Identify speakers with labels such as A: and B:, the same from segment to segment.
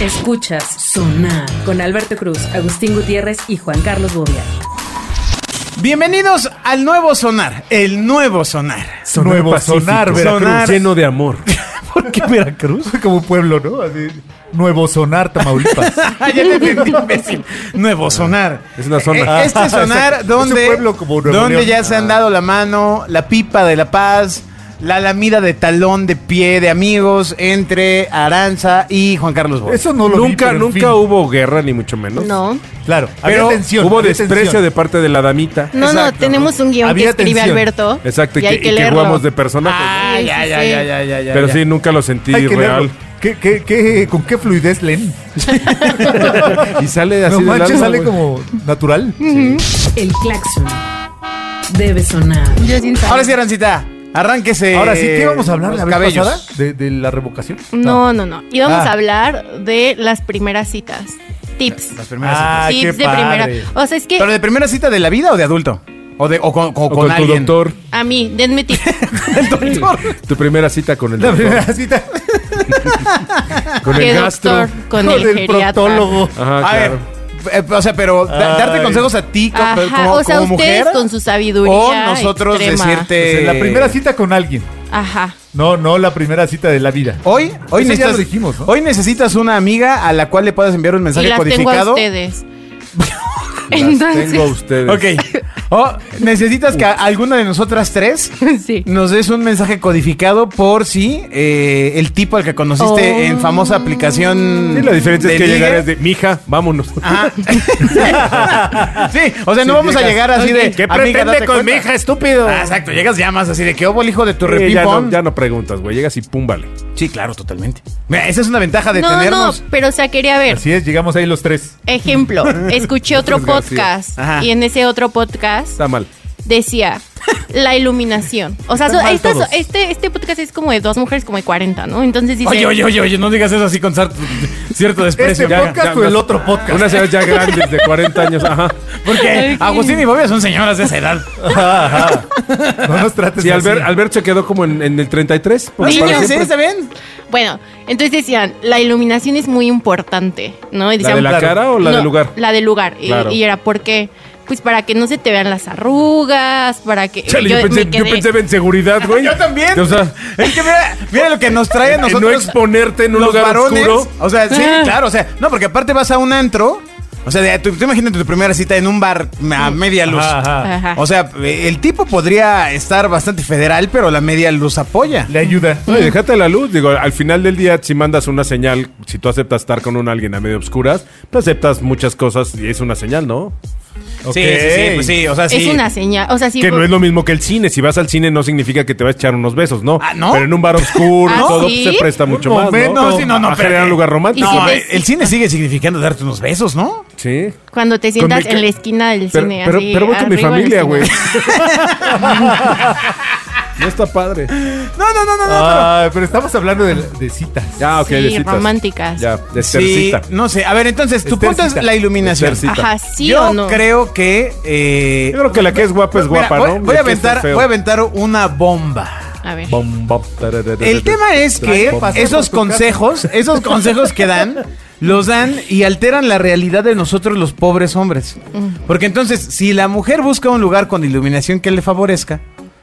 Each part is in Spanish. A: Escuchas Sonar con Alberto Cruz, Agustín Gutiérrez y Juan Carlos Bobia.
B: Bienvenidos al nuevo sonar, el nuevo sonar.
C: Nuevo Sonar, Veracruz.
B: Sonar.
D: lleno de amor.
C: ¿Por qué Veracruz? Como un pueblo, ¿no? Así, Nuevo Sonar, Tamaulipas.
B: Ah, ya te entendí, imbécil. Nuevo sonar.
D: Es una zona.
B: Eh, Este sonar
C: Ah, exacto.
B: donde,
C: Es un pueblo como Nuevo
B: donde
C: León.
B: ya se han dado la mano, la pipa de la paz, la lamida de talón de pie de amigos entre Aranza y Juan Carlos Bobia.
C: Eso no lo vi,
D: nunca
C: pero en
D: nunca
C: fin.
D: hubo guerra, ni mucho menos.
E: No,
C: Claro,
D: Pero
C: había tensión.
D: hubo
C: había
D: desprecio
C: tensión.
D: de parte de la damita.
E: no, no,
C: Exacto.
E: tenemos un guión
C: Había
E: que escribe
C: tensión.
E: Alberto.
D: Exacto, y,
E: hay
D: que, y que
E: leerlo.
D: jugamos de personajes. ¿no?
B: Ah,
E: Sí,
B: ya,
E: sí,
B: ya,
E: sí.
B: ya, ya, ya, ya,
D: Pero
B: ya.
D: sí, nunca lo sentí
C: Hay que
D: real.
C: leerlo. ¿Qué, qué, qué, ¿Con qué fluidez leen?
D: Y sale así
C: No
D: del
C: manches,
D: alma,
C: sale
D: güey.
C: como natural.
A: El claxon debe sonar.
E: Yo sin saber.
B: Ahora sí, Arancita, arránquese.
C: Ahora sí,
D: Eh,
C: ¿qué vamos a hablar
B: los
C: la vez
B: cabellos.
C: pasada? ¿De, de la revocación?
E: No, no, no. Íbamos
C: Ah.
E: a hablar de las primeras citas. Tips.
B: Las primeras citas.
C: Ah, qué
E: Tips de
C: padre.
E: primera. O sea, es que
B: ¿Pero de primera cita de la vida o de adulto? ¿O, de, o con, o
D: O
B: con
D: con, tu
B: alguien?
D: doctor.
E: a mí, denme tips.
B: El doctor.
D: Tu primera cita con el
C: La
D: doctor.
C: primera cita
D: Con
E: ¿Qué
D: el gastro.
E: doctor? Con el,
C: del
E: geriatra.
C: proctólogo.
D: Ajá,
B: a
D: claro.
B: ver, eh, o sea, pero da- darte
C: Ah, Ay.
B: consejos a ti co-
E: Ajá,
B: pero como,
E: o sea,
B: como
E: ustedes
B: mujer.
E: con su sabiduría.
B: o nosotros
E: extrema.
C: O
B: decirte.
C: sea, Pues
D: Eh.
C: la primera cita con alguien.
E: Ajá.
C: No, no la primera cita de la vida.
B: Hoy, hoy,
C: Eso ya
B: necesitas,
C: lo dijimos, ¿no?
B: hoy necesitas una amiga a la cual le puedas enviar un
E: Y
B: mensaje
E: las tengo a
B: codificado.
E: ustedes.
D: Las
E: Entonces.
D: tengo a ustedes.
B: Ok. O necesitas que a- alguna de nosotras tres
E: sí.
B: nos des un mensaje codificado por si eh, el tipo al que conociste
E: Oh.
B: en famosa aplicación.
D: Sí, la diferencia es
B: de
D: que
B: ligue.
D: llegaras de, mija, vámonos.
B: Ajá. sí, o sea, no vamos a llegar así de.
D: ¿Qué
B: "Amiga,
D: pretende
B: date
D: con mi
B: cuenta".
D: hija, estúpido?
B: Ah, exacto, llegas ya más así de que obol hijo de tu
D: Sí, ya,
B: repipón.
D: no, ya no preguntas, güey. Llegas y púmbale.
B: Sí, claro, totalmente. Mira, esa es una ventaja de
E: No, no,
B: tenernos.
E: pero o sea, quería ver.
C: Así es, llegamos ahí los tres.
E: Ejemplo, escuché otro
D: García.
E: podcast
B: Ajá.
E: y en ese otro podcast
D: Está mal.
E: decía la iluminación. O sea,
C: Están
E: so-
C: mal
E: estas-
C: todos.
E: este, este podcast es como de dos mujeres como de 40, ¿no? Entonces dice,
B: Oye, oye, oye, oye, no digas eso así con cierto, cierto desprecio.
C: ¿Este
D: ya,
C: podcast
D: ya,
C: o el
D: no.
C: otro podcast?
D: Unas señoras ya grandes, de 40 años. Ajá.
B: Porque Agustín y Bobia son señoras de esa edad.
C: Ajá, ajá. No nos trates
D: Sí,
C: así.
D: Albert, Albert se quedó como en, en el 33.
B: ¿No
D: porque
E: Niños, ¿eh?
D: para
B: niños, ¿eh? sí,
D: siempre-
B: está bien.
E: bueno, entonces decían, la iluminación es muy importante, ¿no? Y
D: ¿La
E: decían,
D: de la
C: Claro.
D: cara o la
E: no,
D: del lugar?
E: La del lugar. Y-
D: Claro.
E: Y, era, ¿por qué? Pues para que no se te vean las arrugas, para que...
D: Chale, yo,
E: me
D: pensé, yo
E: quedé-
D: pensé en seguridad, güey.
B: Yo también.
D: O sea,
B: Es que mira, mira lo que nos trae a
D: en Eh, no
B: nosotros
D: exponerte en un
B: los
D: lugar
B: varones.
D: oscuro.
B: O sea, sí, claro, o sea, no, porque aparte vas a un antro. O sea, de- tú, tú imagínate tu primera cita en un bar a media luz.
C: Ajá, ajá.
E: Ajá.
B: O sea, el tipo podría estar bastante federal, pero la media luz apoya.
C: Le ayuda.
D: No, y déjate la luz. Digo, al final del día, si mandas una señal, si tú aceptas estar con un alguien a medio oscuras, pues aceptas muchas cosas y es una señal, ¿no?
C: Ok.
B: Sí, sí, sí, pues sí, o sea, sí.
E: es una señal. O sea, sí. pues.
D: que no
E: por-
D: es lo mismo que el cine. Si vas al cine no significa que te vas a echar unos besos, ¿no?
B: Ah, ¿no?
D: Pero en un bar oscuro
E: ¿Ah,
D: todo
E: sí?
D: pues, se presta mucho más,
C: momento.
D: ¿no?
B: No, sí, no, no,
D: a
B: espérate.
D: generar un lugar romántico.
E: Y si
B: No, eh,
E: ves-
B: el cine sigue significando darte unos besos, ¿no?
D: Sí.
E: Cuando te
D: Con
E: sientas
D: mi ca-
E: en la esquina del
D: Pero,
E: cine.
D: pero,
E: así,
D: pero voy con mi
E: arriba en la
D: familia,
E: esquina.
D: güey. no está padre.
B: No, no, no, no, no.
C: Ay, pero estamos hablando de, de citas.
D: Ya, Ah, ok,
E: Sí,
D: de citas.
E: románticas.
D: Ya, de
B: Sí,
D: tercita.
B: no sé. A ver, entonces, tu punto
C: Estercita.
B: es la iluminación.
D: Estercita.
E: Ajá, sí
B: Yo
E: o no.
B: creo que. eh,
D: Yo creo que la que es guapa es
B: mira,
D: guapa,
B: voy,
D: ¿no?
B: voy
D: La
B: a
D: que está
B: aventar,
D: feo.
B: voy a aventar una bomba.
E: A ver.
D: Bom, bom, tararara,
B: El tema es que
D: bom, bom.
B: esos
C: por tu casa.
B: consejos, esos consejos que dan, los dan y alteran la realidad de nosotros los pobres hombres. Porque entonces, si la mujer busca un lugar con iluminación que le favorezca,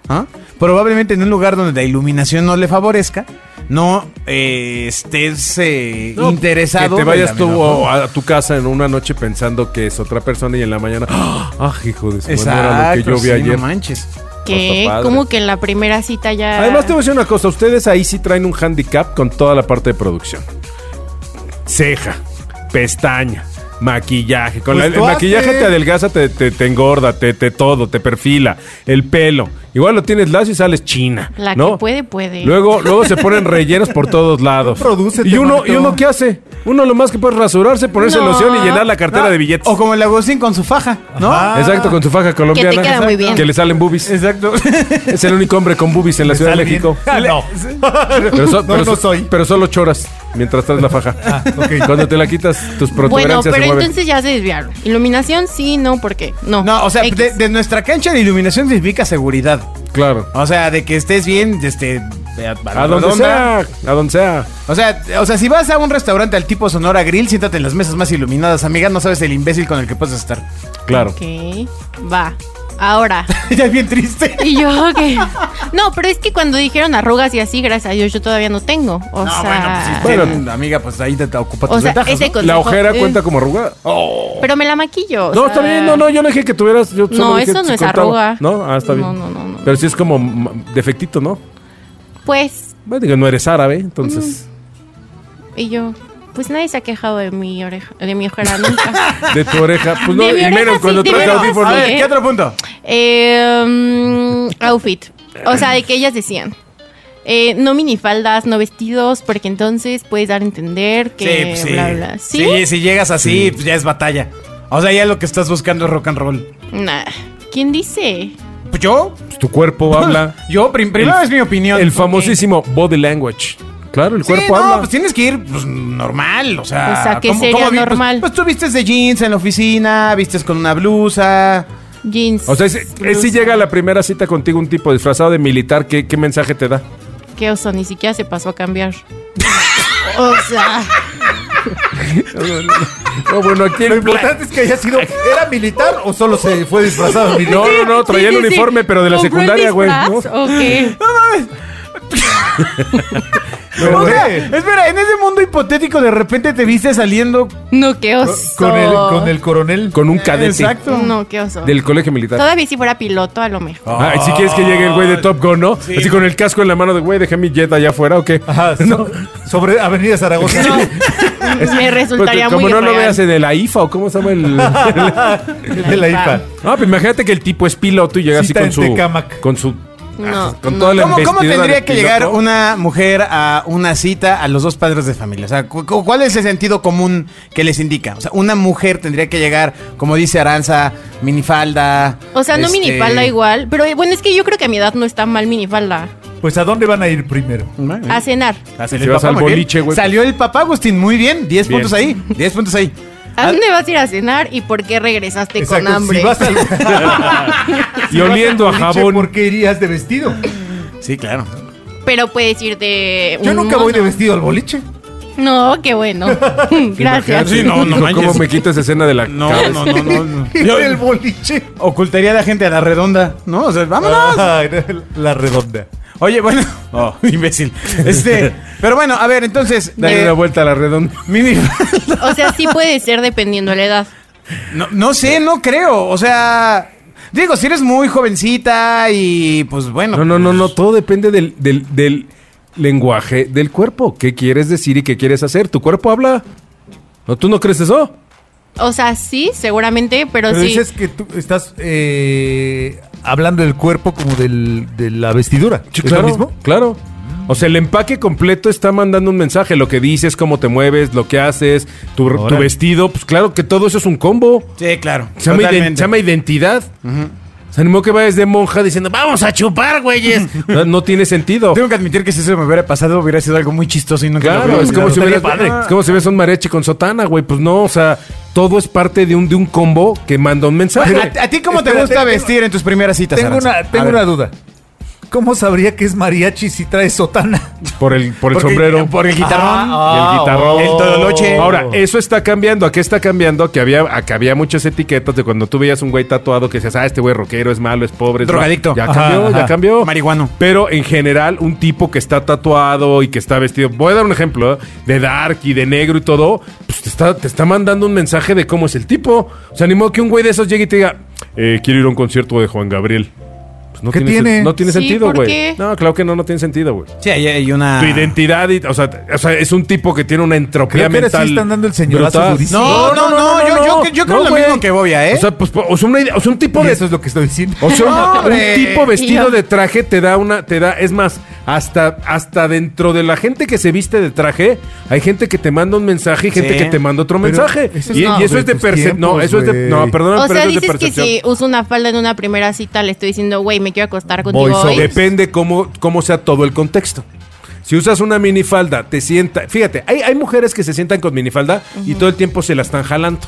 B: ¿ah? probablemente en un lugar donde la iluminación no le favorezca, no eh, estés eh,
D: No,
B: interesado.
D: Que
B: de
D: te vayas
B: la
D: tú
B: menor
D: o a tu casa en una noche pensando que es otra persona y en la mañana, ¡ah, hijo de su madre, era lo
B: Exacto,
D: que yo vi
B: sí,
D: ayer!
B: No manches.
E: ¿Qué?
D: Está padre.
E: ¿Cómo que en la primera cita ya.
D: Además, te voy a decir una cosa. Ustedes ahí sí traen un handicap con toda la parte de producción. Ceja, pestaña, maquillaje.
C: Pues
D: Con la- el
C: tú
D: maquillaje
C: hazte.
D: te adelgaza, te, te- te engorda, te, te todo, te perfila. El pelo. Igual lo tienes lacio y sales china.
E: La
D: ¿no?
E: que puede, puede.
D: Luego, luego se ponen rellenos por todos lados.
C: Prodúcete,
D: y uno,
C: manito.
D: ¿Y uno qué hace? Uno lo más que puede es rasurarse, ponerse
E: No.
D: loción y llenar la
C: Ah,
D: cartera
B: No,
D: de billetes.
B: O como el Agustín con su faja, ¿no?
C: Ajá.
D: Exacto, con su faja colombiana.
E: Que te queda muy bien.
D: Que le salen boobies.
B: Exacto.
D: Es el único hombre con boobies en la Ciudad de
C: ¿Sale bien?
D: México.
C: Ah, no.
D: Pero, so-
C: no,
D: pero
C: no
D: so-
C: soy. Ah,
D: pero solo choras mientras traes la faja.
C: ok.
D: Cuando te la quitas, tus
E: Bueno,
D: protuberancias
E: pero
D: se mueven.
E: entonces ya se desviaron. Iluminación, sí, no, ¿por qué? No.
B: No, o sea,
E: X.
B: de, de nuestra cancha de iluminación significa seguridad.
D: Claro.
B: O sea, de que estés bien, este,
D: A donde sea, a donde sea.
B: O sea, o sea, si vas a un restaurante al tipo Sonora Grill, siéntate en las mesas más iluminadas, amiga. No sabes el imbécil con el que puedes estar.
D: Claro.
E: Ok, va. Ahora.
B: ya es bien triste.
E: Y yo, que No, pero es que cuando dijeron arrugas y así, gracias a Dios, yo todavía no tengo. O
B: No,
E: sea,
B: bueno, pues, si- amiga, pues ahí te, te ocupa tus
E: o sea
B: ventajas.
E: ese
B: ¿no?
E: consejo-
D: La ojera
E: eh,
D: cuenta como arruga.
C: Oh,
E: Pero me la maquillo. o
D: No,
E: sea,
D: está bien, no, no, yo no dije que tuvieras. Yo solo
E: No,
D: dije
E: eso
D: si
E: no es
D: contaba.
E: arruga.
D: No, ah, está bien.
E: No, no, no, no.
D: Pero sí es como mm, defectito, ¿no?
E: Pues,
D: Bueno, digo, no eres árabe, entonces.
E: y yo, pues nadie se ha quejado de mi oreja, de mi ojera nunca.
D: De tu oreja. Pues no,
E: Mm. De mi
D: y
E: oreja
D: menos
E: sí,
D: cuando
E: de
D: traes
E: veras
D: audífonos.
B: A
E: sí.
B: ver,
E: eh.
B: ¿qué otro punto?
E: Eh, mm, outfit. O sea, de que ellas decían. eh, no minifaldas, no vestidos, porque entonces puedes dar a entender que
B: pues,
E: bla bla. ¿Sí?
B: Sí, si llegas así, pues ya es batalla. O sea, ya lo que estás buscando es rock and roll.
E: Nah. ¿Quién dice?
B: Pues yo,
D: Pues tu cuerpo habla.
B: yo, prim- primero
D: El-
B: es mi opinión.
D: El famosísimo body language. Claro, el
B: Sí,
D: cuerpo
B: no,
D: habla.
B: pues tienes que ir pues, normal, o sea.
E: O sea, ¿qué sería
B: vi- pues-
E: normal?
B: Pues, tú vistes de jeans en la oficina, vistes con una blusa.
E: Jeans.
D: o sea, si, eh, si
E: blusa.
D: llega a la primera cita contigo un tipo disfrazado de militar, ¿qué, qué mensaje te da?
E: Qué oso, ni siquiera se pasó a cambiar. o sea,
D: No, bueno, aquí
C: Lo importante es que haya sido. ¿Era militar o solo se fue disfrazado? de militar?
D: Oh, No, no, no, traía el
E: Sí, sí, sí.
D: uniforme, pero de la
E: ¿Compró el
D: secundaria, güey.
E: disfraz
D: ¿no?
E: ¿O qué?
C: Pero,
B: O sea,
C: eh,
B: espera, en ese mundo hipotético de repente te viste saliendo.
E: No, qué oso.
C: con, el, con el coronel.
D: Con un cadete
B: Exacto.
E: No, qué oso.
D: del colegio militar.
E: Todavía si fuera piloto, a lo mejor.
D: Ah, si quieres que llegue el güey de Top Gun, ¿no? Así con el casco en la mano de güey, dejé mi jet allá afuera o qué.
C: Ajá, so- sobre Avenida Zaragoza.
E: Me resultaría
D: Pues, como
E: muy
D: no lo
E: irreal.
D: veas en el AIFA o cómo se llama el. no,
C: de la IFA.
D: pero imagínate que el tipo es piloto y llega así
C: Cita
D: con
C: en
D: su.
C: Tecámac.
D: Con su.
E: No,
D: con
E: no.
D: toda la
B: ¿Cómo, cómo
D: investidura de
B: tendría que
D: piloto?
B: llegar una mujer a una cita a los dos padres de familia? O sea, cu- cu- ¿cuál es el sentido común que les indica? O sea, una mujer tendría que llegar, como dice Aranza, minifalda.
E: O sea, no
B: este,
E: minifalda igual, pero eh, bueno, es que yo creo que a mi edad no está mal minifalda.
C: Pues ¿a dónde van a ir primero?
E: A
B: Mm.
E: cenar.
B: Salió
D: Si
B: el
D: vas
B: papá,
D: al
B: muy bien.
D: boliche, güey. pues.
B: Salió el papá, Agustín, muy bien. 10
D: Bien.
B: puntos ahí. 10 puntos ahí.
E: ¿A dónde vas a ir a cenar y por qué regresaste
C: Exacto,
E: con hambre?
C: Si vas al, si
D: Y oliendo a
C: vas al boliche,
D: jabón.
C: ¿Por qué irías de vestido?
B: Sí, claro.
E: Pero puedes ir de.
C: Yo
E: un
C: nunca voy de
E: mono.
C: vestido al boliche.
E: No, qué bueno. Gracias.
D: Sí, no, no.
B: manches.
D: ¿Cómo me quito esa escena de la cabeza?
B: no, no, no.
C: Ir del boliche.
B: Ocultaría a la gente a la redonda, ¿no? O sea, vámonos.
C: Ay, la redonda.
B: Oye, bueno. Oh, imbécil. Este. Pero bueno, a ver, entonces.
D: Dale
B: eh,
D: una vuelta a la redonda.
B: minifalda.
E: O sea, sí puede ser dependiendo la edad.
B: No, no sé, no creo. O sea. Digo, si eres muy jovencita y pues bueno.
D: No, no, no, no. Todo depende del, del, del lenguaje del cuerpo. ¿Qué quieres decir y qué quieres hacer? Tu cuerpo habla. ¿No, ¿Tú no crees eso?
E: O sea, sí, seguramente, pero,
C: Pero
E: sí.
C: dices que tú estás eh, hablando del cuerpo como del, de la vestidura.
D: Sí,
C: ¿Es
D: claro,
C: lo mismo?
D: Claro. O sea, el empaque completo está mandando un mensaje. Lo que dices, cómo te mueves, lo que haces, tu, tu
C: Órale.
D: vestido. Pues claro que todo eso es un combo.
B: Sí, claro.
D: Se llama, iden-
B: totalmente.
D: se llama identidad. Se animó que vayas de monja diciendo, vamos a chupar, güeyes. no, no tiene sentido.
B: Tengo que admitir que si eso me hubiera pasado hubiera sido algo muy chistoso y nunca lo
D: Claro,
B: hubiera
D: es como, si
B: olvidado.
D: hubieras,
B: Estaría padre.
D: es como si ves un mariachi con sotana, güey. Pues no, o sea, todo es parte de un, de un combo que manda un mensaje.
B: ¿A, a ti cómo te
C: Espérate,
B: gusta
C: tengo-
B: vestir en tus primeras citas?
C: Tengo,
B: Aranza?
C: una, tengo
B: A ver.
C: una duda. ¿Cómo sabría que es mariachi si trae sotana?
D: Por el, por el
B: Porque-
D: sombrero.
B: Por el guitarrón.
D: y el guitarrón.
B: El todoloche.
D: Ahora, eso está cambiando. ¿A qué está cambiando? Que había, a que había muchas etiquetas de cuando tú veías un güey tatuado que decías, ah, este güey rockero es malo, es pobre. es malo".
B: Drogadicto.
D: Ya
B: Ajá,
D: cambió, ya
B: ajá.
D: cambió.
B: Marihuano.
D: Pero en general, un tipo que está tatuado y que está vestido, voy a dar un ejemplo, ¿eh? de dark y de negro y todo, pues te está, te está mandando un mensaje de cómo es el tipo. O sea, animó que un güey de esos llegue y te diga, eh, quiero ir a un concierto de Juan Gabriel. Pues no
C: ¿Qué
D: sen-
C: tiene?
D: No tiene
E: Sí,
D: sentido,
E: ¿por
D: güey.
E: qué?
D: No, claro que no, no tiene sentido, güey.
B: Sí, ahí hay una.
D: Tu identidad, y- o, sea, t- o sea, es un tipo que tiene una
C: Creo
D: entropía
C: que ahora sí
D: mental.
C: están dando el señorazo
D: brutal.
C: durísimo.
B: No, no, no, yo- yo- yo creo lo
D: güey.
B: mismo que Bobia, ¿eh?
D: O sea, pues, po- o sea, una idea- o sea, un tipo
C: Y
D: de.
C: eso es lo que estoy diciendo.
D: O sea, un-
B: No,
D: un,
B: hombre.
D: tipo vestido
E: Y yo-
D: de traje te da una, te da, es más, hasta, hasta dentro de la gente que se viste de traje, hay gente que te manda un mensaje y gente
B: Sí.
D: que te manda otro
C: Pero
D: mensaje.
C: eso es
D: y,
E: no.
D: y eso
C: de
D: es de
C: tus
D: percepción. No,
C: tiempos,
D: eso es de.
C: güey.
D: No, perdón,
E: o
D: pero eso
E: sea,
D: es de
E: dices que
D: percepción.
E: si uso una falda en una primera cita, le estoy diciendo, güey, me quiero acostar contigo
C: Voice
E: hoy.
C: over.
D: Depende cómo, cómo sea todo el contexto. Si usas una minifalda, te sienta. Fíjate, hay, hay mujeres que se sientan con minifalda y todo el tiempo se la están jalando.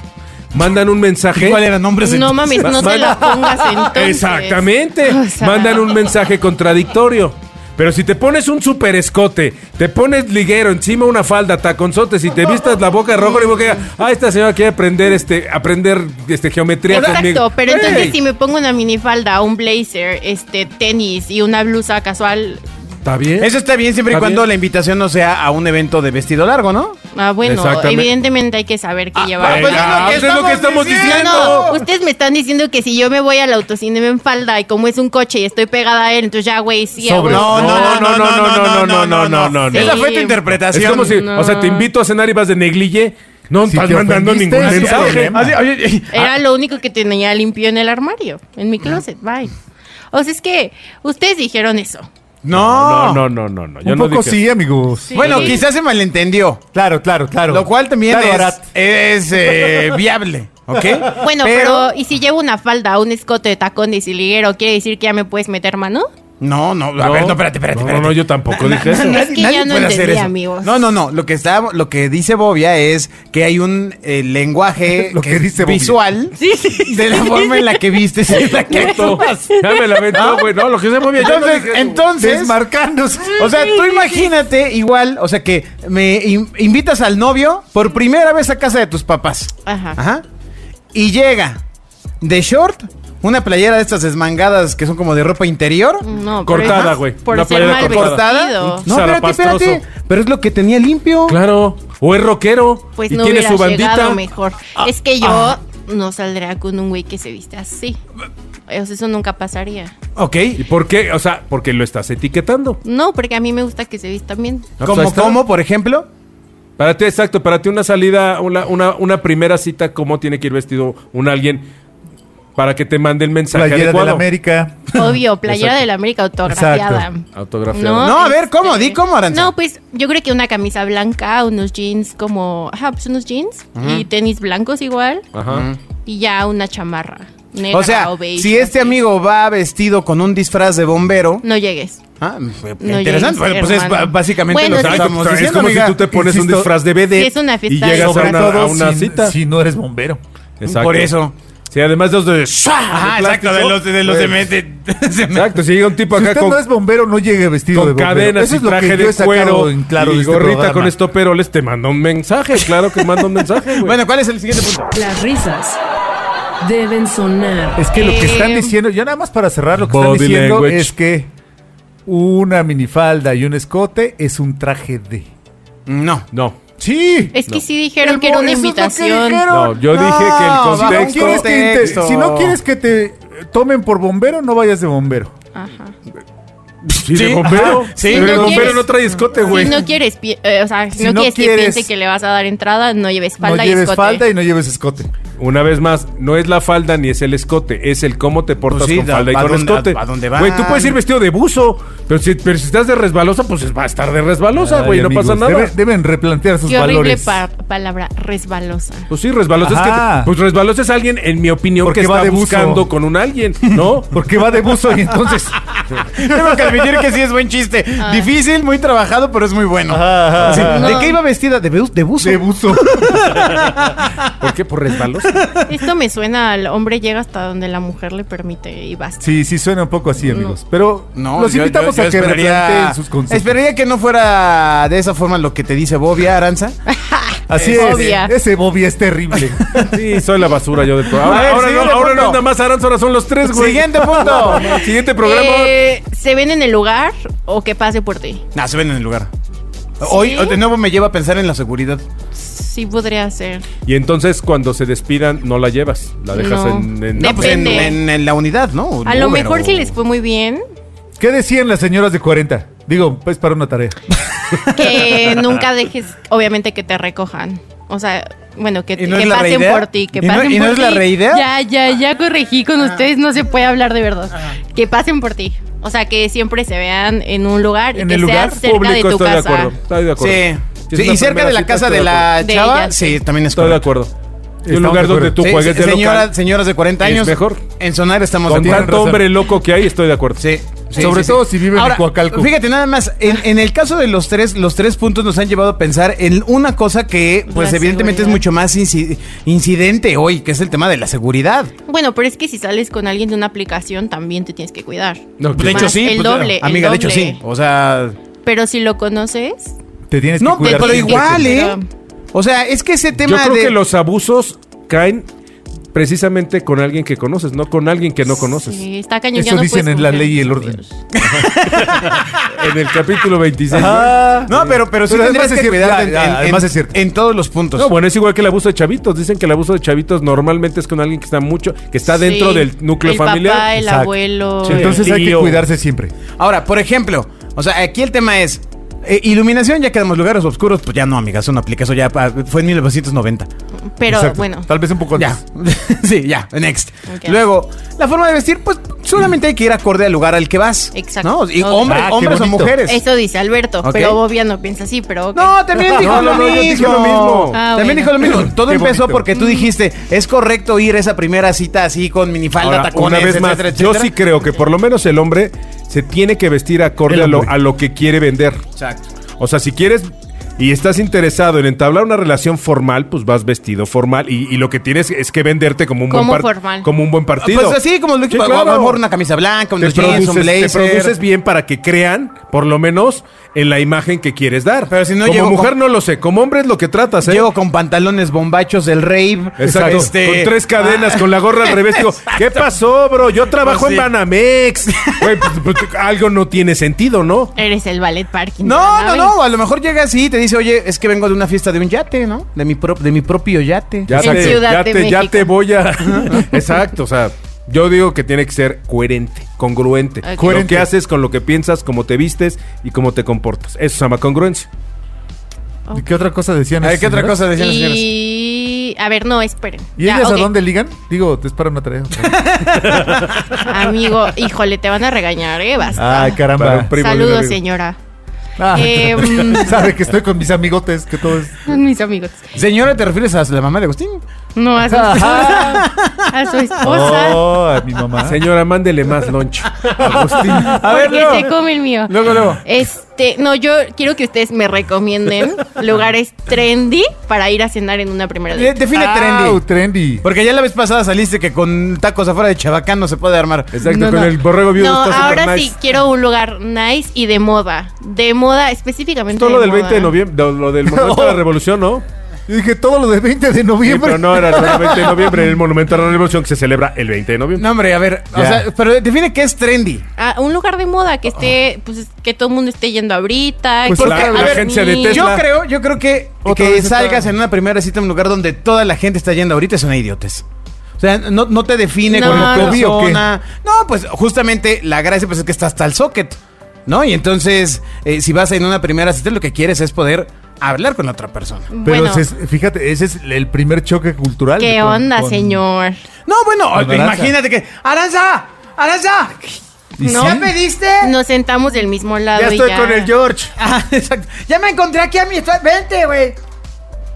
D: Mandan un mensaje.
B: ¿Cuál eran nombres?
E: No mames, no te la pongas entonces.
D: Exactamente.
E: O sea,
D: Mandan un mensaje contradictorio. Pero si te pones un super escote, te pones liguero, encima una falda, taconzotes y te vistas la boca roja, y boca, ah, esta señora quiere aprender este, aprender este geometría
E: Exacto,
D: conmigo".
E: pero entonces
D: ¡Ey!
E: si me pongo una minifalda, un blazer, este tenis y una blusa casual,
D: Está bien.
B: Eso está bien siempre y
D: Está
B: cuando
D: bien.
B: la invitación no sea a un evento de vestido largo, ¿no?
E: ah, bueno,
D: Exactamente.
E: evidentemente hay que saber qué
D: ah,
E: llevar.
D: pues, Venga, es lo que estamos
E: No,
D: diciendo.
E: no, ustedes me están diciendo que si yo me voy al autocinema en falda y como es un coche y estoy pegada a él, entonces ya, güey, sí. a
D: Sobre.
E: huevo.
D: No, no, no, no, no, no, no, no, no, no.
B: Esa fue tu
E: Sí.
B: interpretación.
D: Es como si,
E: No.
D: o sea, te invito a cenar y vas de neglige. No
C: Si
D: estás
C: te
D: mandando
C: ofendiste,
D: ningún
C: es tu
D: mensaje.
C: problema.
B: Así, oye, ah, oye,
D: Ah.
E: Era lo único que tenía limpio en el armario, en mi closet, bye. O sea, es que ustedes dijeron eso.
B: no.
D: No, no, no, no, no. Yo
C: Un
D: no
C: poco
D: dije-
C: sí, amigos.
B: Bueno,
E: Sí.
B: quizás se malentendió.
C: Claro, claro, claro.
B: Lo cual también
C: Claro,
B: es,
C: Arat.
B: es, eh, viable, ¿ok?
E: Bueno, pero... ¿y si llevo una falda, un escote de tacones y liguero, quiere decir que ya me puedes meter mano?
B: No, no, a ver, no, espérate, espérate,
D: No,
B: espérate.
D: No, no, yo tampoco dije eso.
E: Es que ya no
B: puede hacer
E: entendí,
B: eso.
E: amigos.
B: No, no, no. Lo que, está, lo que dice Bobia es que hay un eh, lenguaje
C: Lo que
B: es
C: dice Bobia.
B: visual de la forma en la que vistes y en la que
D: Exacto.
B: actúas.
D: Ya me la aventó, güey. No, lo que se muy bien.
B: Entonces, entonces,
C: Desmarcándose.
B: o sea, tú imagínate igual, o sea, que me in- invitas al novio por primera vez a casa de tus papás.
E: Ajá.
B: Ajá. Y llega de short, una playera de estas desmangadas que son como de ropa interior.
E: No,
D: Cortada,
E: pero es
D: güey.
E: Por
D: Una
E: ser
D: playera
E: mal
B: cortada.
E: Mm. vestido.
B: No, espérate, espérate.
D: Zarapastroso.
B: Pero es lo que tenía limpio.
D: Claro. O es rockero.
E: Pues
D: y
E: no
D: tiene
E: hubiera
D: su bandita. Ah,
E: llegado mejor. es que yo no saldría con un güey que se viste así. O sea, eso nunca pasaría.
B: Ok.
D: ¿Y por qué? O sea, porque lo estás etiquetando.
E: No, porque a mí me gusta que se vistan bien.
D: Ah, pues ahí
B: Como,
D: está.
B: como, por ejemplo.
D: Para ti, exacto. Para ti, una salida, una, una, una primera cita, ¿cómo tiene que ir vestido un alguien para que te mande el mensaje
C: Playera de la
D: adecuado?
C: América.
E: Obvio, playera
D: Exacto.
E: de la América autografiada.
C: Exacto.
D: Autografiada.
B: No, a ver, ¿cómo? Di cómo, Arantxa.
E: No, pues yo creo que una camisa blanca, unos jeans como. Ajá, pues unos jeans y tenis blancos igual.
D: Ajá.
C: Mm.
E: Y ya una chamarra negra
B: O sea,
E: beige,
B: si este
E: así.
B: amigo va vestido con un disfraz de bombero.
E: No llegues.
B: Ah,
E: No
B: interesante.
E: llegues,
B: Bueno, pues es
E: hermano.
B: ba- básicamente
E: Bueno,
B: lo
E: sí.
B: que
D: Exacto,
B: estamos
D: o sea,
B: diciendo,
D: es como
B: amiga.
D: si tú te pones
B: Insisto,
D: un disfraz de BD
E: Sí, es una
D: y
E: fiesta.
D: llegas a
E: Sobre
D: una,
C: Todo
D: a una
C: si,
D: cita.
C: si no eres bombero.
D: Exacto.
B: Por eso.
D: Sí, además de los de.
B: Ajá,
D: de
B: exacto, de
D: plástico.
B: los de, de los de mente.
D: Exacto, si llega un tipo
C: Si
D: acá
C: usted
D: con,
C: no es bombero, no llegue vestido
D: con
C: de bombero.
D: cadenas
C: Eso
D: y
C: es lo que
D: traje
C: yo
D: de
C: he sacado
D: cuero
C: en claro
D: y
C: de este
D: gorrita
C: programa.
D: con estoperoles, te manda un mensaje. Claro que manda un mensaje, güey.
B: Bueno, ¿cuál es el siguiente punto?
A: Las risas deben sonar.
C: Es que lo que están
E: Eh,
C: diciendo, ya nada más para cerrar, lo que
D: Body
C: están diciendo
D: language.
C: es que una minifalda y un escote es un traje de.
B: No.
D: no.
C: Sí.
E: Es que
D: No.
E: sí dijeron que era una invitación.
D: No, yo dije que el
B: bajo
C: Si no,
D: contexto-
C: quieres que te-
B: contexto.
C: si no quieres que te eh, tomen por bombero, no vayas de bombero.
E: Ajá.
D: Sí, de
B: Sí,
D: bombero.
B: ajá, sí.
D: Pero
E: Si
D: el
E: no
D: bombero
E: quieres-
D: no trae escote, Este güey.
E: Si no quieres, pi- eh, o sea, si,
C: Si
E: no,
C: no
E: quieres, que
C: quieres-
E: piense que le vas a dar entrada, no lleves falda
C: no
E: y
C: lleves
E: escote.
C: falda y no lleves escote.
D: Una vez más, no es la falda ni es el escote, es el cómo te portas
B: Pues sí,
D: con
B: da-
D: falda y
B: a
D: con
B: dónde-
D: escote.
B: a- a dónde
D: Güey, tú
B: van.
D: puedes ir vestido de buzo, pero si, pero si estás de resbalosa, pues va a estar de resbalosa,
C: Ay,
D: güey, no
C: amigos,
D: pasa nada.
C: debe- deben replantear sus
E: Qué horrible
C: valores.
E: pa- palabra, resbalosa.
D: Pues sí, resbalosa es
C: Ajá.
D: que. Pues resbalosa es alguien, en mi opinión,
C: Porque
D: que
C: va
D: está
C: de buzo.
D: buscando con un alguien, ¿no?
C: Porque va de buzo y entonces.
B: Tengo que admitir que sí es buen chiste.
E: Ah.
B: Difícil, muy trabajado, pero es muy bueno.
C: Ajá, ajá,
B: Sí.
C: ajá.
B: ¿De qué iba vestida? De, bu- de buzo.
C: De buzo.
D: ¿Por qué? Por resbalosa.
E: Esto me suena al hombre llega hasta donde la mujer le permite y basta.
C: Sí, sí suena un poco así, amigos. Pero
B: No,
C: los
B: yo- yo-
C: invitamos
B: yo
C: a que replanteen sus conceptos.
B: Esperaría que no fuera de esa forma lo que te dice Bobia Aranza.
C: Así
E: Es
C: es.
E: obvia.
C: Ese Bobby es terrible.
D: Sí, soy la basura yo de todo. Ahora,
B: A ver,
D: ahora no,
B: siguiente
D: ahora no
B: punto.
D: es nada más Aranza, ahora son los tres, güey.
B: Siguiente punto.
D: Siguiente programa.
E: Eh, ¿Se ven en el lugar o que pase por ti?
B: Nah, se ven en el lugar. Hoy de nuevo me lleva a pensar en la seguridad.
E: Sí podría ser.
D: Y entonces cuando se despidan, no la llevas. La dejas
E: No.
D: en, en-
B: No, pues en,
E: Depende.
B: en- en la unidad, ¿no?
E: A lo mejor si
B: si
E: les fue muy bien,
C: ¿Qué decían las señoras de 40? Digo, pues para una tarea.
E: que nunca dejes, obviamente, que te recojan. O sea, bueno, que,
B: ¿Y no
E: que
B: es la
E: pasen
B: reidea?
E: por ti, que
B: ¿Y no-
E: pasen
B: y no
E: por
B: es la
E: ti.
B: reidea? Ah.
E: Ya, ya, ya corregí con ustedes, no se puede hablar de verdad. Que pasen por ti. O sea, que siempre se vean en un lugar y
C: En
E: que
C: el
E: sea
C: lugar
E: cerca de tu
D: estoy
E: casa.
D: de acuerdo. Estoy de acuerdo.
B: Sí.
D: Si es
B: Sí,
D: una
B: y cerca
D: primera
B: de la
D: cita,
B: casa
D: estoy
B: de la
E: acuerdo.
B: chava,
E: De ella,
B: sí.
E: sí.
B: también es
D: Estoy de
B: correcto.
D: acuerdo. Y
C: Estamos
D: un lugar
C: de
D: donde
C: acuerdo.
D: tú
B: Sí,
D: juegues de
B: señora-
D: local.
B: Señoras de 40
D: Es
B: años.
D: mejor.
B: En sonar estamos
D: Con
B: de acuerdo.
D: tanto hombre loco que hay, estoy de acuerdo.
B: Sí.
D: Sobre todo si vive
B: Ahora,
D: en Coacalco.
B: Fíjate, nada más, en, en el caso de los tres, los tres puntos nos han llevado a pensar en una cosa que, pues
E: La
B: evidentemente es
E: seguridad.
B: mucho más inci- incidente hoy, que es el tema de la seguridad.
E: Bueno, pero es que si sales con alguien de una aplicación también te tienes que cuidar.
D: No,
B: de
D: claro.
B: hecho, sí.
E: el
B: pues,
E: doble, el
B: amiga, de hecho,
E: doble.
B: sí. O sea.
E: Pero si lo conoces,
C: Te tienes
B: No,
C: que
B: pero,
C: cuidar.
B: pero
E: siempre.
B: igual, ¿eh?
E: Pero-
B: O sea, es que ese tema
D: Yo creo
B: de.
D: que los abusos caen precisamente con alguien que conoces, no con alguien que no conoces.
E: sí, está cañón.
C: Eso
E: ya no
C: dicen
E: puedes
C: en La
E: confiar
C: Ley y el
E: tus
C: Orden.
E: amigos.
D: En el capítulo 26.
B: Ah. No, pero, pero sí
C: Pero
B: tendrías
C: además es
B: que
C: cierto,
B: cuidarte
C: ya,
B: en-
C: ya,
B: en-
C: además
B: en-
C: es cierto.
B: en todos los puntos.
D: No, bueno, es igual que el abuso de chavitos. Dicen que el abuso de chavitos normalmente es con alguien que está mucho, que está dentro
E: Sí,
D: del núcleo
E: el
D: familiar.
E: Papá, el
C: Exacto.
E: abuelo.
D: Sí,
C: Entonces hay que
D: Tío.
C: cuidarse siempre.
B: Ahora, por ejemplo, o sea, aquí el tema es. eh, iluminación, ya quedamos lugares oscuros, pues ya no, amiga, eso no aplica, eso ya ah, fue en 1990.
E: pero
C: Exacto.
E: bueno,
C: Tal vez un poco
B: Ya,
C: antes.
B: sí, ya, next.
E: Ok.
B: Luego, la forma de vestir, pues solamente hay que ir acorde al lugar al que vas.
E: Exacto.
B: ¿no? Y
E: Ok.
B: hombre-
C: Ah, qué
B: hombres o
C: bonito.
B: mujeres.
E: eso dice Alberto.
B: Ok.
E: Pero Bobia no piensa así, pero. ok.
B: No, también dijo
D: No,
B: lo
D: no, no, yo
B: mismo.
D: dije lo mismo.
E: Ah,
B: también
E: bueno.
B: dijo lo mismo. Todo
D: Qué
B: empezó
D: bonito.
B: porque tú dijiste, es correcto ir a esa primera cita así con minifalda,
D: Ahora,
B: tacones,
D: una vez más,
B: etcétera,
D: yo
B: etcétera.
D: sí creo que por lo menos el hombre se tiene que vestir acorde a lo, a lo que quiere vender.
B: Exacto.
D: O sea, si quieres y estás interesado en entablar una relación formal, pues vas vestido formal y, y lo que tienes es que venderte como un
E: Como
D: buen par-
E: formal.
D: como un buen partido.
B: Pues así como lo
D: Sí,
B: que a lo
D: claro.
B: mejor una camisa blanca,
D: te
B: unos jeans,
D: produces,
B: un
D: te
B: blazer.
D: produces bien para que crean, por lo menos, en la imagen que quieres dar.
B: Pero si no
D: como
B: llego
D: mujer
B: con-
D: no lo sé, como hombre es lo que tratas, ¿eh?
B: Llego con pantalones bombachos del rave.
D: Exacto,
B: Este,
D: con tres cadenas, con la gorra al revés. Digo, ¿qué pasó, bro? Yo trabajo
B: Pues sí.
D: en Banamex. Güey, pues, pues, algo no tiene sentido, ¿no?
E: Eres el ballet parking.
B: No, no,
E: ¿verdad?
B: no. A lo mejor llega así y te dice, oye, es que vengo de una fiesta de un yate, ¿no? De mi, pro- de mi propio yate.
D: Ya,
E: En
D: te,
E: Ciudad
D: ya,
E: de
D: te, ya
E: México.
D: te voy a... Exacto, o sea, yo digo que tiene que ser coherente, congruente.
E: Ok.
D: Lo
E: Coherente.
D: que haces con lo que piensas, cómo te vistes y cómo te comportas. Eso se llama congruencia.
C: ¿Y Eh, qué otra cosa decían?
B: A ver,
C: esas
B: ¿qué otra
C: señoras?
B: cosa decían las señoras?
E: Y. A ver, no, esperen.
C: ¿Y
E: Ya,
C: ellas
E: ok.
C: a dónde ligan? Digo, te es para una tarea.
E: Amigo, híjole, te van a regañar, ¿eh? Basta.
C: Ay,
D: Para
C: caramba.
D: un primo de un
E: Saludos,
D: amigo.
E: señora.
C: Ah,
E: Eh, mm.
C: Sabe que estoy con mis amigotes, que todo es...
E: Mis amigos.
B: Señora, ¿te refieres a la mamá de Agustín?
E: No, a su esposa. A su esposa.
C: Oh, a mi
B: Ah.
C: mamá.
D: Señora, mándele más lunch.
B: A ver,
E: porque
B: luego.
E: se come el mío.
B: Luego, luego.
E: Este, no, yo quiero que ustedes me recomienden lugares trendy para ir a cenar en una primera
B: De-
E: date.
B: Eh, Define
C: Au,
B: trendy.
C: trendy.
B: Porque ya la vez pasada saliste que con tacos afuera de Chabacán no se puede armar.
D: Exacto,
E: No,
D: con
E: no.
D: el borrego viudo
E: No,
D: está súper
E: ahora
D: nice.
E: sí quiero un lugar nice y de moda. De moda, específicamente.
D: Todo lo del
E: moda.
D: 20 de noviembre, lo del momento de la revolución, ¿no?
C: Yo dije, todo lo de 20 de
D: Sí,
C: noviembre.
D: pero no era el 20 de noviembre, el Monumento a la Revolución que se celebra el 20 de noviembre.
B: No, hombre, a ver. O
C: Ya.
B: sea, pero define qué es trendy.
E: Ah, un lugar de moda que esté, pues que todo el mundo esté yendo ahorita.
C: Pues
E: que
C: la-
E: sea
B: la
D: agencia de
E: ni-
D: Tesla.
B: Yo creo, yo creo que
C: Otra
B: que
C: vez está-
B: salgas en una primera cita en un lugar donde toda la gente está yendo ahorita es una idiotez. O sea, no, no te define
E: No,
B: como
E: no.
B: persona.
C: ¿Covid o qué?
B: No, pues justamente la gracia pues, es que está hasta el socket, ¿no? Y entonces, eh, si vas en una primera cita, lo que quieres es poder hablar con la otra persona.
C: Pero
E: bueno,
C: se- fíjate, ese es el primer choque cultural.
E: ¿qué
C: con-
E: onda,
C: con-
E: señor?
B: No, bueno,
C: Con Aranza.
B: imagínate que. ¡Aranza! ¡Aranza!
C: ¿Y
E: No.
B: ¿Ya
C: sí?
B: pediste?
E: Nos sentamos del mismo lado.
D: Ya
E: y
D: estoy
E: ya.
D: con el George.
B: Ah, exacto. Ya me encontré aquí a mi. Vente, güey.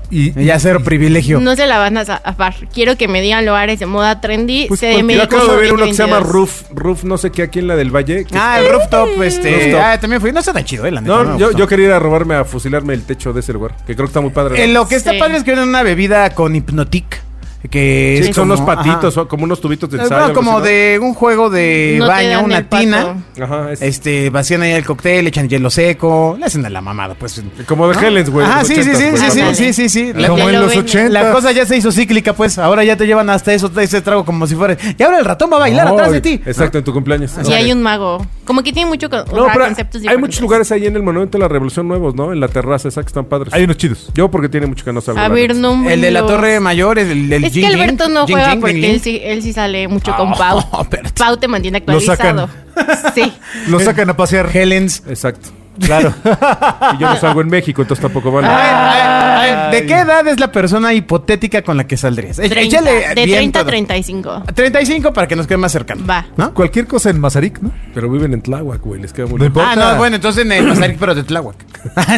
C: Y,
B: Ya cero privilegio.
E: No se la van a zafar. Quiero que me digan lugares de moda trendy.
C: Pues,
E: CDMX
D: Yo acabo de ver uno que se llama
E: 2022.
D: Roof, Roof no sé qué aquí en la del Valle. que-
B: Ah, el rooftop, este.
D: Rooftop.
B: Ah, también fui. No está tan chido, eh, la neta,
D: no,
B: me
D: yo,
B: gustó.
D: yo quería ir a robarme, a fusilarme el techo de ese lugar, que creo que está muy padre.
B: Eh,
D: ¿no?
B: lo que está
E: Sí.
B: padre es que vienen una bebida con hipnotic. Que
D: Sí,
B: es
D: son
B: como-
D: los patitos,
B: ajá.
D: o como unos tubitos de
B: Eh, bueno,
D: ensayo. algo
B: como
D: así,
B: de un juego de
E: No te
B: baño,
E: dan
B: una
E: el pato.
B: tina.
D: ¿no? Ajá, es-
B: Este, vacían ahí el cóctel, le echan hielo seco, le hacen a la mamada, pues.
D: como de
B: ¿no?
D: Helens, güey.
B: Ah,
D: los
B: sí, sí,
D: 80s,
B: sí,
D: güey,
B: sí, sí,
D: también.
B: sí, sí, sí. La,
C: Como
E: Te
C: en
E: lo
C: los
E: venden.
C: 80.
B: la cosa ya se hizo cíclica, pues. Ahora ya te llevan hasta eso, ese trago como si fuera. Y ahora el ratón va a bailar atrás de ti.
D: Exacto, en tu cumpleaños.
E: Y hay un mago. Como que tiene mucho con- o
D: No,
E: sea,
D: pero
E: conceptos
D: hay
E: diferentes.
D: muchos lugares ahí en el Monumento de la Revolución nuevos, ¿no? En la terraza, esa que están padres.
C: Hay unos chidos.
D: Yo porque tiene mucho que no salgo.
E: A
D: la
E: ver,
D: neta.
E: no
B: El de la
E: bueno.
B: Torre Mayor, el del
E: Es que Alberto no juega porque él sí, él sí sale mucho con Pau.
B: Oh, Alberto.
E: Pau te mantiene actualizado. Sí.
C: Lo sacan a pasear.
B: Helens.
D: Exacto.
C: Claro.
D: Y yo no salgo en México, entonces tampoco vale.
B: A ver, a ver, a ver, ¿De qué edad es la persona hipotética con la que saldrías? Eh, Échale
E: 30, de
B: bien
E: 30 a
B: todo.
E: 35.
B: 35 para que nos quede más cercano.
E: Va.
B: ¿No?
C: Cualquier cosa en Mazarik, ¿no?
D: Pero viven en Tláhuac, güey. Les queda muy
C: No
D: lejos.
C: importa.
B: Ah, no, bueno, entonces en el Mazarik, pero de Tláhuac.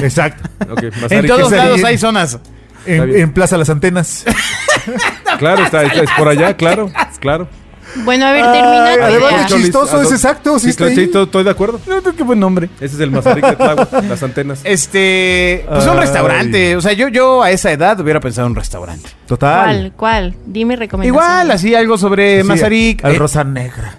C: Exacto.
D: Ok, más
B: en
D: área
B: todos
D: que-
C: Mazarik.
B: lados hay zonas.
C: En,
D: bien.
C: en Plaza Las Antenas.
D: Claro, está, está- es por allá, claro. Claro.
E: Bueno, a ver, termina tu
D: Además,
E: idea.
D: Luis Cholis,
C: chistoso
D: ¿a
C: es
D: dónde?
C: exacto, sí
D: Sí,
C: está
D: claro,
C: ahí.
D: sí, to- estoy de acuerdo.
B: No, no, qué buen nombre.
D: Ese es el Mazarik de Tláhuac, las antenas.
C: Eh,
B: Este, pues un
C: Ay.
B: restaurante. O sea, yo, yo a esa edad hubiera pensado en un restaurante.
E: ¿Cuál?
B: Eh,
C: Total.
E: ¿Cuál? Dime recomendación.
B: Igual, así algo sobre
C: Sí,
B: Mazarik.
C: Al
B: Eh,
C: Rosa Negra.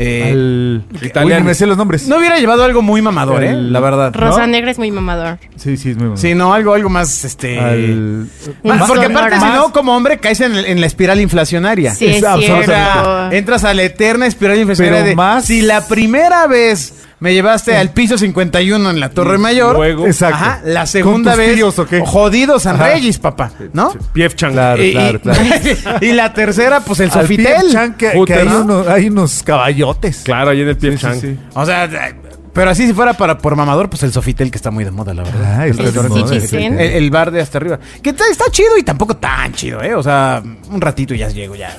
B: eh,
C: al
D: Italiano.
C: Uy, me sé los nombres.
B: No hubiera llevado algo muy mamador, ¿eh?
C: El-
B: La verdad. ¿no? Ah,
E: Rosa Negra es muy mamador.
C: Sí, sí, es muy bueno.
B: Sí, no, algo, algo más, este...
C: Al-
B: Más-
E: Más
B: porque aparte,
E: sonora.
B: si no, como hombre, caes en, el- en la espiral inflacionaria.
E: Sí, es
C: Es
B: O
C: absolutamente-
B: sea,
E: cierto.
B: entras a la eterna espiral inflacionaria
C: Pero
B: de,
C: más-
B: Si la primera vez me llevaste al piso 51 en la Torre Mayor...
D: Luego,
C: Exacto.
B: Ajá, la
C: ¿Con
B: segunda
C: tus
B: vez...
C: tíos o qué?
B: Jodido San
C: Ajá.
B: Reyes, papá, ¿no?
D: Pief Chang. Eh,
C: Claro.
B: Y- y, y la tercera, pues el
C: al Pierre
B: Sofitel.
C: Chan, que, que
D: Puta,
C: hay,
D: ¿no?
C: unos, hay unos caballotes.
D: Claro, ahí en el Pief Chang.
B: O sea, pero así si fuera para por mamador, pues el Sofitel que está muy de moda, la verdad.
C: Ah, está
E: El
C: de moda.
E: Chichisen.
B: El, el bar de hasta arriba. Que está, está chido y tampoco tan chido, ¿eh? O sea, un ratito y ya llego, ya.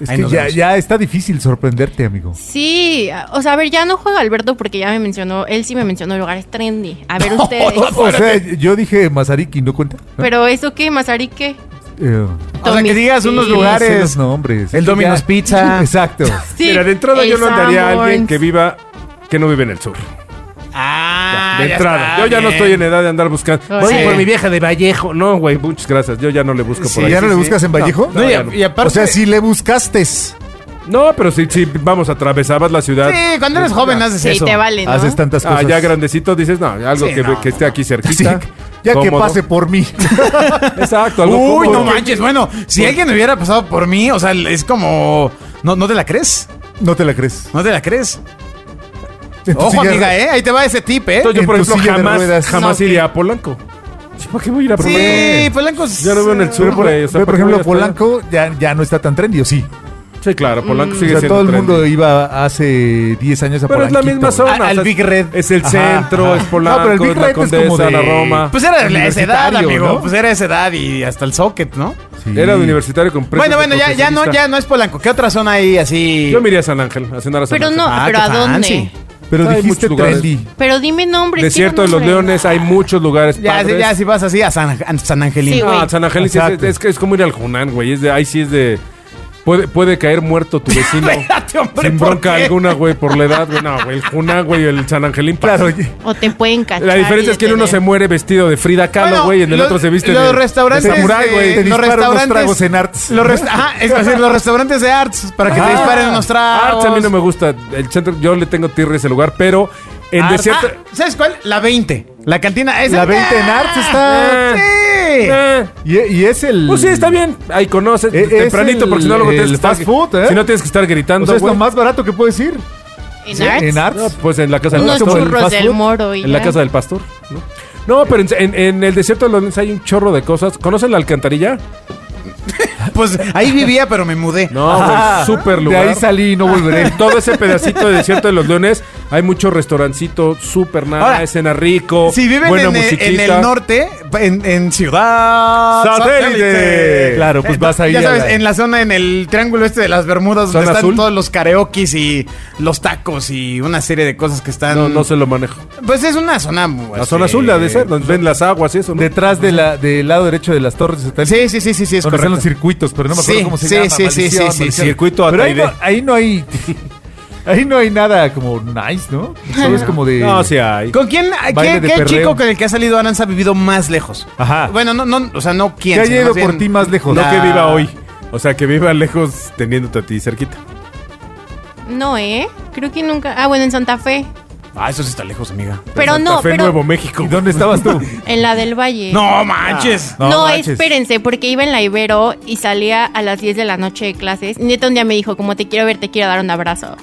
C: Es
B: Ahí
C: que
B: nos
C: ya,
B: vemos.
C: ya está difícil sorprenderte, amigo.
E: Sí, o sea, a ver, ya no juega Alberto porque ya me mencionó, él sí me mencionó lugares trendy. A ver ustedes.
C: O sea, yo dije Mazariki, ¿no cuenta? ¿No?
E: Pero eso qué, Masari, ¿qué?
C: Eh,
B: O sea, que
E: Tommy's
B: digas unos
E: Pizza.
C: no sé
B: lugares.
C: los nombres.
B: El Domino's
C: Ya.
B: Pizza.
C: Exacto.
E: Sí,
D: Mira, de entrada
E: el
D: yo no andaría a alguien
E: Sanborns.
D: que viva, que no vive en el sur.
B: Ah,
D: de
B: ya
D: entrada.
B: está
D: Yo ya no
B: bien. Pues
D: estoy en edad de andar buscando.
E: Ah,
D: Voy
E: sí.
D: por mi vieja de Vallejo. No, güey, muchas gracias. Yo ya no le busco
B: Sí,
D: por ahí.
C: ¿Ya no le buscas en Vallejo?
B: No, y, a- y aparte.
C: o sea, si le buscaste.
D: No, pero sí, sí, vamos, atravesabas la ciudad.
B: Sí, cuando eres joven haces
E: Sí,
B: eso.
E: te vale, ¿no?
C: Haces tantas
D: Ah,
C: cosas.
D: ya grandecito dices, no, algo
B: Sí,
D: que,
B: no.
D: que esté aquí
C: Sí,
D: cerquita.
C: ya que
D: cómodo.
C: pase por mí.
D: Exacto, algo
B: Uy, no
D: cómodo.
B: manches. Bueno, si alguien hubiera pasado por mí, o sea, es como. No, no te la crees.
C: No te la crees.
B: No te la crees.
C: En tu
B: Ojo,
C: silla-
B: amiga, ¿eh? Ahí te va ese tip, ¿eh?
D: Entonces yo,
C: En
D: por
C: tu
D: ejemplo,
C: silla de
D: jamás,
C: ruedas.
D: jamás
E: No,
D: iría a Polanco. ¿Para qué voy a ir a Polanco?
B: Sí, pues, Polanco. es-
D: Ya no veo en el sur,
C: Pero por,
D: güey, o sea,
C: pero, por
D: ¿para qué voy
C: ejemplo,
D: a estar-
C: Polanco ya, ya no está tan trendy, ¿o sí?
D: Sí, claro, Polanco
C: O
D: sigue
C: sea,
D: siendo
C: todo el
D: trendy.
C: mundo iba hace 10 años a
D: Pero es la
C: Polanquito,
D: misma
C: güey.
D: zona.
B: Al-
D: o sea,
B: al Big Red.
D: Es el
C: Ajá,
D: centro,
C: ajá.
D: es Polanco,
C: No, pero el Big
D: es la
C: Red es
D: Condesa,
C: como de-
D: la Roma.
B: Pues era la- esa edad,
C: Universitario,
B: amigo.
C: ¿no?
B: Pues era esa edad y hasta el socket, ¿no?
C: pues, Sí.
D: Era de universitario con precios
B: Bueno,
D: de
B: bueno, ya, ya no,
D: profesionista.
B: ya no es Polanco. ¿Qué otra zona hay así?
D: Yo me iría a San Ángel, a cenar a San
E: Pero
D: Ángel.
E: no,
B: Ah,
E: pero
B: qué
E: ¿a dónde?
B: fancy.
C: Pero
D: Hay
C: dijiste
D: muchos lugares.
C: trendy.
E: Pero dime nombres.
D: Desierto de los
E: quiero
D: Leones, hay
E: nombres.
D: muchos lugares
B: ya,
D: padres.
B: ya si vas así a San, a San Angelín.
E: Sí, güey.
D: Ah, San Ángel sí es,
C: Exacto.
D: es que es como ir al Junán, güey. Es de, ahí sí es de. Puede, puede caer muerto tu vecino.
B: Espérate, hombre,
D: sin
B: ¿por
D: bronca
B: qué?
D: alguna, güey, por la edad, güey. No, güey, el Junán, güey, el San Angelín. pasa.
C: Claro, oye.
E: O te pueden cachar.
D: La diferencia es que en uno se muere vestido de Frida Kahlo,
B: Bueno,
D: güey, y en el
B: los-
D: otro se viste
B: los
D: de,
B: restaurantes,
D: de samurái,
B: eh,
D: güey.
C: Te
B: los
C: disparo unos
B: restaurantes-
C: tragos en Arts.
B: Los rest- Ajá, es decir, los restaurantes de Arts, para que te
D: Ah,
B: disparen unos tragos.
D: Arts a mí no me gusta. El centro, yo le tengo tirre a ese lugar, pero en
B: Arts.
D: desierto.
B: Ah, ¿Sabes cuál? La 20. La cantina esa.
C: La 20 en Arts está-
B: Sí.
D: Eh,
C: Y, y es el...
D: Pues sí, está bien. Ahí conoces.
C: E- es
D: tempranito,
C: el-
D: porque si no, luego
C: el
D: tienes que estar-
C: fast food, ¿eh?
D: Si no tienes que estar gritando.
C: O sea, es lo
D: güey.
C: más barato que puedes ir.
E: En
C: Sí,
E: Arts,
C: En
D: No,
C: Arts.
D: pues en la casa del
E: unos
C: ¿no? Como el
D: pastor.
E: churros
C: fast
E: del
C: food,
E: moro y
D: En la
E: ya.
D: casa del pastor. No, No, pero en, en- en el desierto de los Leones hay un chorro de cosas. ¿Conocen la alcantarilla?
B: Pues ahí vivía, pero me mudé.
D: No, güey,
C: Ajá.
D: súper
C: De
D: lugar.
C: ahí salí y no volveré.
D: En todo ese pedacito de desierto de los leones hay mucho restaurancito, súper nada,
B: Ahora,
D: escena rico,
B: Si viven
D: buena
B: en el,
D: musiquita.
B: en el norte, en, en Ciudad
D: Satélite.
C: Claro, pues vas ahí
B: Ya
C: a
B: sabes,
C: la-
B: en la zona, en el triángulo este de las Bermudas, donde
D: ¿Zona
B: están
D: azul?
B: todos los karaokis y los tacos y una serie de cosas que están.
D: No, no se lo manejo.
B: Pues es una zona. este,
D: La zona azul, la de ser, donde ven las aguas y eso, ¿no?
C: Detrás de la, del lado derecho de las torres está el-
B: Sí, sí, sí, sí, sí, es
C: donde
B: correcto.
C: están los circuitos, pero no me acuerdo
B: Sí,
C: cómo se
B: sí,
C: llama.
B: sí, sí,
C: maldición,
B: sí, sí,
C: maldición.
D: circuito
C: Pero ahí no,
D: Ataide.
C: ahí no hay... Ahí no hay nada como nice, ¿no? Solo es como de...
D: No, sí hay.
B: ¿Con quién? a-
C: Baile
B: ¿Qué,
C: de
B: qué
C: perreo.
B: chico con el que ha salido Aranza ha vivido más lejos?
C: Ajá.
B: Bueno, no, no, o sea, no quién.
C: Que haya
B: sino
C: ido
B: más bien
C: por ti más lejos.
D: No
B: la-
D: que viva hoy. O sea, que viva lejos teniéndote a ti cerquita.
E: No, ¿eh? Creo que nunca. Ah, bueno, en Santa Fe.
B: Ah, eso sí está lejos, amiga.
E: Pero
D: Santa
E: no,
D: Fe,
E: pero
D: Nuevo México.
C: ¿Y dónde estabas tú?
E: en la del Valle.
B: No
C: Ah.
B: manches.
E: No,
C: manches.
E: espérense, porque iba en la Ibero y salía a las 10 de la noche de clases. Neta un día me dijo, como te quiero ver, te quiero dar un abrazo.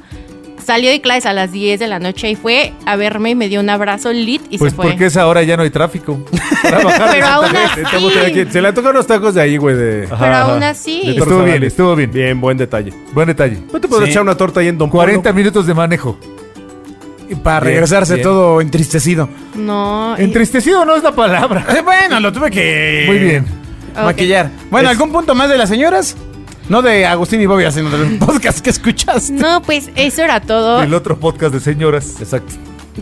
E: Salió de clases a las 10 de la noche y fue a verme y me dio un abrazo lit y
C: Pues
E: se fue.
C: porque esa hora ya no hay tráfico.
E: Pero aún
D: Estamos aquí.
E: así.
D: Se le tocan unos tacos de ahí, güey, de...
E: Pero
C: Ajá.
E: aún así.
D: De-
C: Estuvo bien, estuvo bien.
D: Bien, buen detalle.
C: Buen detalle.
D: ¿No te puedes
B: Sí.
D: echar una torta ahí en Don
C: 40
D: Polo?
C: minutos de manejo.
B: Y para
D: Bien,
B: regresarse
D: bien.
B: todo entristecido.
E: No. y-
C: Entristecido no es la palabra.
B: Eh, bueno, lo tuve que.
C: Muy bien.
E: Ok.
B: Maquillar. Bueno,
C: Es-
B: ¿algún punto más de las señoras? No de Agustín y Bobby, sino del podcast que escuchaste.
E: No, pues eso era todo.
C: El otro podcast de señoras.
D: Exacto.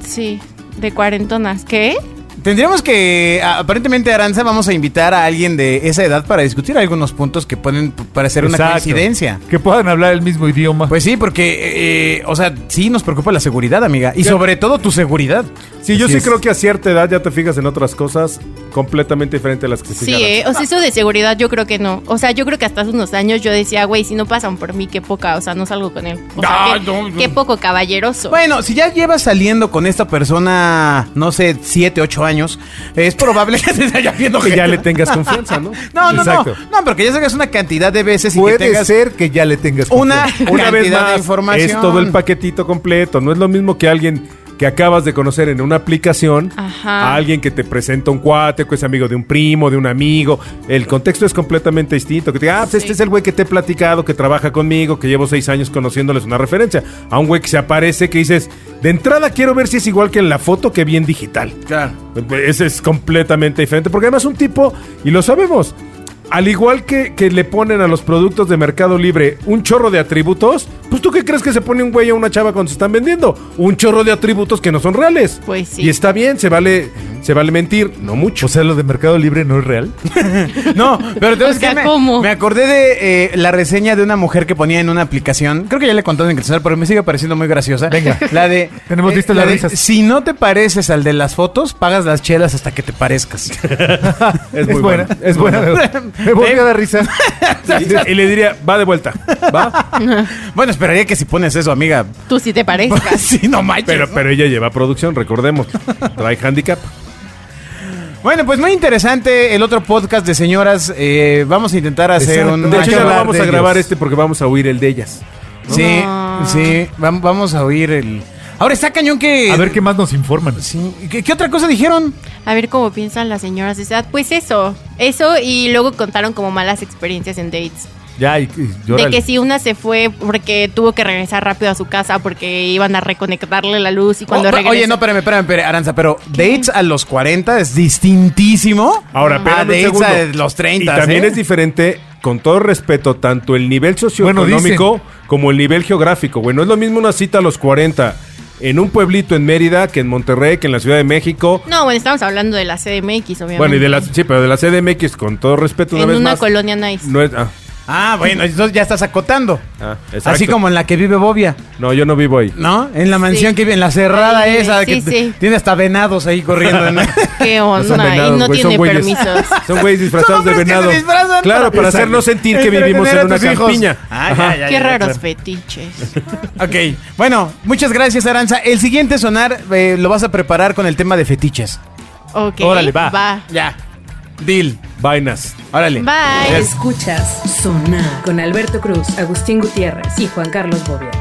E: Sí, de cuarentonas. ¿Qué?
B: Tendríamos que, a- aparentemente, Aranza, vamos a invitar a alguien de esa edad para discutir algunos puntos que pueden p- parecer una
C: Exacto.
B: coincidencia.
C: Que puedan hablar el mismo idioma.
B: Pues sí, porque, eh, o sea, sí nos preocupa la seguridad, amiga. Y
D: Ya.
B: sobre todo tu seguridad.
D: Sí, yo
B: Así
D: sí
B: es.
D: creo que a cierta edad ya te fijas en otras cosas completamente diferentes a las que se
E: Sí, eh, o sea, eso de seguridad yo creo que no. O sea, yo creo que hasta hace unos años yo decía, güey, si no pasan por mí, qué poca, o sea, no salgo con él. O sea, qué, qué poco caballeroso.
C: Pues,
B: Bueno, si ya llevas saliendo con esta persona, no sé, 7, 8 años, es probable que te vaya viendo
D: Que ya
B: gente.
D: le tengas confianza, ¿no?
B: No, no,
C: Exacto.
B: no. No, porque ya sacas una cantidad de veces y que
C: Puede
B: tengas
C: ser que ya le tengas
B: una,
C: confianza.
D: Una vez
B: cantidad de
D: más,
B: información.
D: es todo el paquetito completo. No es lo mismo que alguien que acabas de conocer en una aplicación,
E: Ajá.
D: a alguien que te presenta un cuate, que es amigo de un primo, de un amigo. El contexto es completamente distinto. Que te diga, ah, pues este es el güey que te he platicado, que trabaja conmigo, que llevo seis años conociéndoles una referencia. A un güey que se aparece que dices, de entrada quiero ver si es igual que en la foto que vi en digital.
B: Claro.
D: Ese es completamente diferente. Porque además un tipo, y lo sabemos, al igual que, que le ponen a los productos de Mercado Libre un chorro de atributos, pues tú qué crees que se pone un güey a una chava cuando se están vendiendo? Un chorro de atributos que no son reales.
E: Pues sí.
D: Y está bien, se vale, se vale mentir, no mucho.
C: O sea, lo de Mercado Libre no es real.
B: No, pero entonces
E: O sea,
B: que me,
E: ¿cómo?
B: me acordé de eh, la reseña de una mujer que ponía en una aplicación. Creo que ya le contaron en el celular, pero me sigue pareciendo muy graciosa.
C: Venga.
B: La de. eh,
C: Tenemos listas
B: la
C: las
B: de,
C: risas.
B: Si no te pareces al de las fotos, pagas las chelas hasta que te parezcas.
D: Es muy
C: buena,
D: bueno.
C: es buena. Me volvió a dar risa.
D: Y, y le diría, va de vuelta, va.
B: bueno, esperaría que si pones eso, amiga.
E: Tú sí te parezcas.
B: sí, no manches.
D: Pero, pero ella lleva producción, recordemos. Trae handicap.
B: Bueno, pues muy interesante el otro podcast de señoras. Eh, vamos a intentar hacer
C: Exacto.
B: un.
D: De
C: Hay que
D: hecho, ya no
C: hablar
D: vamos
C: de
D: a grabar
C: ellos.
D: este porque vamos a oír el de ellas.
B: Sí,
E: No.
B: sí. vam- Vamos a oír el. Ahora está cañón que.
C: A ver qué más nos informan.
B: Sí. ¿Qué, qué otra cosa dijeron?
E: A ver cómo piensan las señoras de esa edad. Pues eso, eso y luego contaron como malas experiencias en dates.
C: Ya, y, y
E: De
C: llórale.
E: que si una se fue porque tuvo que regresar rápido a su casa porque iban a reconectarle la luz y cuando
B: O-
D: Oh,
E: regresó...
B: Oh, Oye, no, espérame, espérame, espérame, Aranza, pero dates a los 40 es distintísimo.
D: Ahora,
B: a
D: espérame un
B: dates a
D: segundo.
B: los 30.
D: Y también
B: ¿eh?
D: es diferente, con todo respeto, tanto el nivel socioeconómico
C: Bueno,
D: como el nivel geográfico. Bueno, es lo mismo una cita a los 40 en un pueblito en Mérida que en Monterrey, que en la Ciudad de México.
E: No, bueno, estamos hablando de la CDMX, obviamente.
D: Bueno, y de la, sí, pero de la CDMX, con todo respeto, una
E: En
D: vez
E: una
D: más.
E: colonia nice.
D: No es, ah,
B: Ah, bueno, entonces ya estás acotando.
D: ah, exacto.
B: Así como en la que vive Bobia,
D: No, yo no vivo ahí.
B: ¿no? En la mansión
E: Sí.
B: que vive, en la cerrada
E: Ay,
B: esa,
E: sí,
B: que
E: sí.
B: t- tiene hasta venados ahí corriendo. ¿no?
E: ¿Qué onda?
D: son venados,
E: y no
D: güey, son
E: tiene
D: güeyes.
E: permisos.
D: Son güeyes disfrazados
B: Son
D: de
B: hombres que se
D: venado.
B: disfrazan
D: Claro, para
B: Exacto.
D: hacernos sentir que
B: Entretener
D: vivimos
B: a
D: en una
B: tus hijos.
D: campiña.
B: Ah,
D: Ajá.
B: ya, ya,
E: Qué
B: ya,
E: raros
B: claro.
E: fetiches.
B: Ok, bueno, muchas gracias, Aranza. El siguiente sonar eh, lo vas a preparar con el tema de fetiches.
E: Ok.
C: Órale, va.
E: Va.
B: Ya. Deal.
D: Vainas.
B: Órale.
E: Bye.
A: Escuchas Sonar con Alberto Cruz, Agustín Gutiérrez y Juan Carlos Bobia.